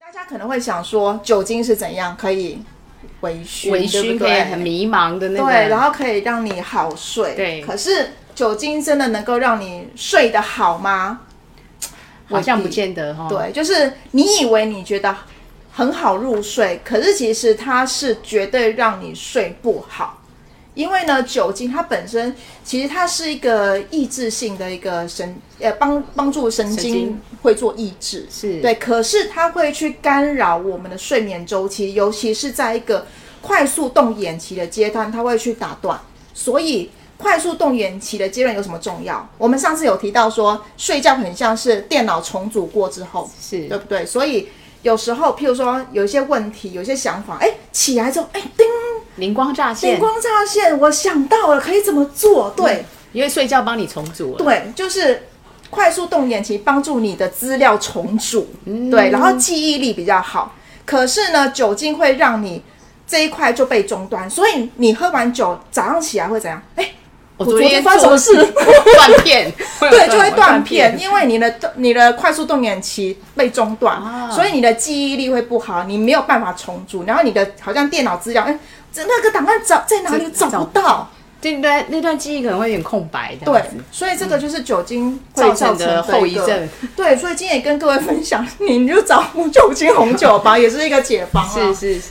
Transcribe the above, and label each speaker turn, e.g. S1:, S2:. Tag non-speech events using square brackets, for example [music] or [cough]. S1: 大家可能会想说，酒精是怎样可以微醺，
S2: 微
S1: 对
S2: 醺
S1: 不
S2: 可
S1: 对
S2: 以很迷茫的那个，
S1: 对，然后可以让你好睡。
S2: 对
S1: 可是酒精真的能够让你睡得好吗？
S2: 好像
S1: 我
S2: 不见得哈。，
S1: 对，就是你以为你觉得很好入睡，可是其实它是绝对让你睡不好。因为呢，酒精它本身其实它是一个抑制性的一个神，呃，帮帮助神
S2: 神
S1: 经
S2: 经
S1: 会做抑制，
S2: 是
S1: 对，可是它会去干扰我们的睡眠周期，尤其是在一个快速动眼期的阶段，它会去打断。所以，快速动眼期的阶段有什么重要？我们上次有提到说，睡觉很像是电脑重组过之后，对
S2: 是
S1: 不对？所以有时候，譬如说有一些问题，有一些想法，哎，起来之后，哎，叮，
S2: 灵光乍
S1: 灵
S2: 现，
S1: 光乍现，我想到了，可以怎么做？对、
S2: 因为睡觉帮你重组了。
S1: 对，就是。快速动眼期帮助你的资料重组，对，然后记忆力比较好。可是呢，酒精会让你这一块就被中断，所以你喝完酒早上起来会怎样？哎，
S2: 我
S1: 昨
S2: 昨
S1: 天
S2: 天
S1: 发生什么事
S2: 做 [laughs] 断片，有
S1: [laughs] 对，
S2: [laughs] 断
S1: 就会断片，
S2: 片。
S1: 因为你的你的快速动眼期被中断，
S2: 啊
S1: 所以你的记忆力会不好，你没有办法重组，然后你的好像电脑资料，哎，这那个档案找在哪里
S2: 这
S1: 找不到，
S2: 这段那段记忆可能会有点空白，这
S1: 对
S2: 样子，
S1: 所以这个就是酒精会
S2: 造
S1: 造
S2: 成
S1: 成
S2: 的后遗
S1: 一个
S2: 症。
S1: [laughs] 对，所以今天也跟各位分享，你就找无酒精红酒吧，也是一个解方啊。
S2: 是是是。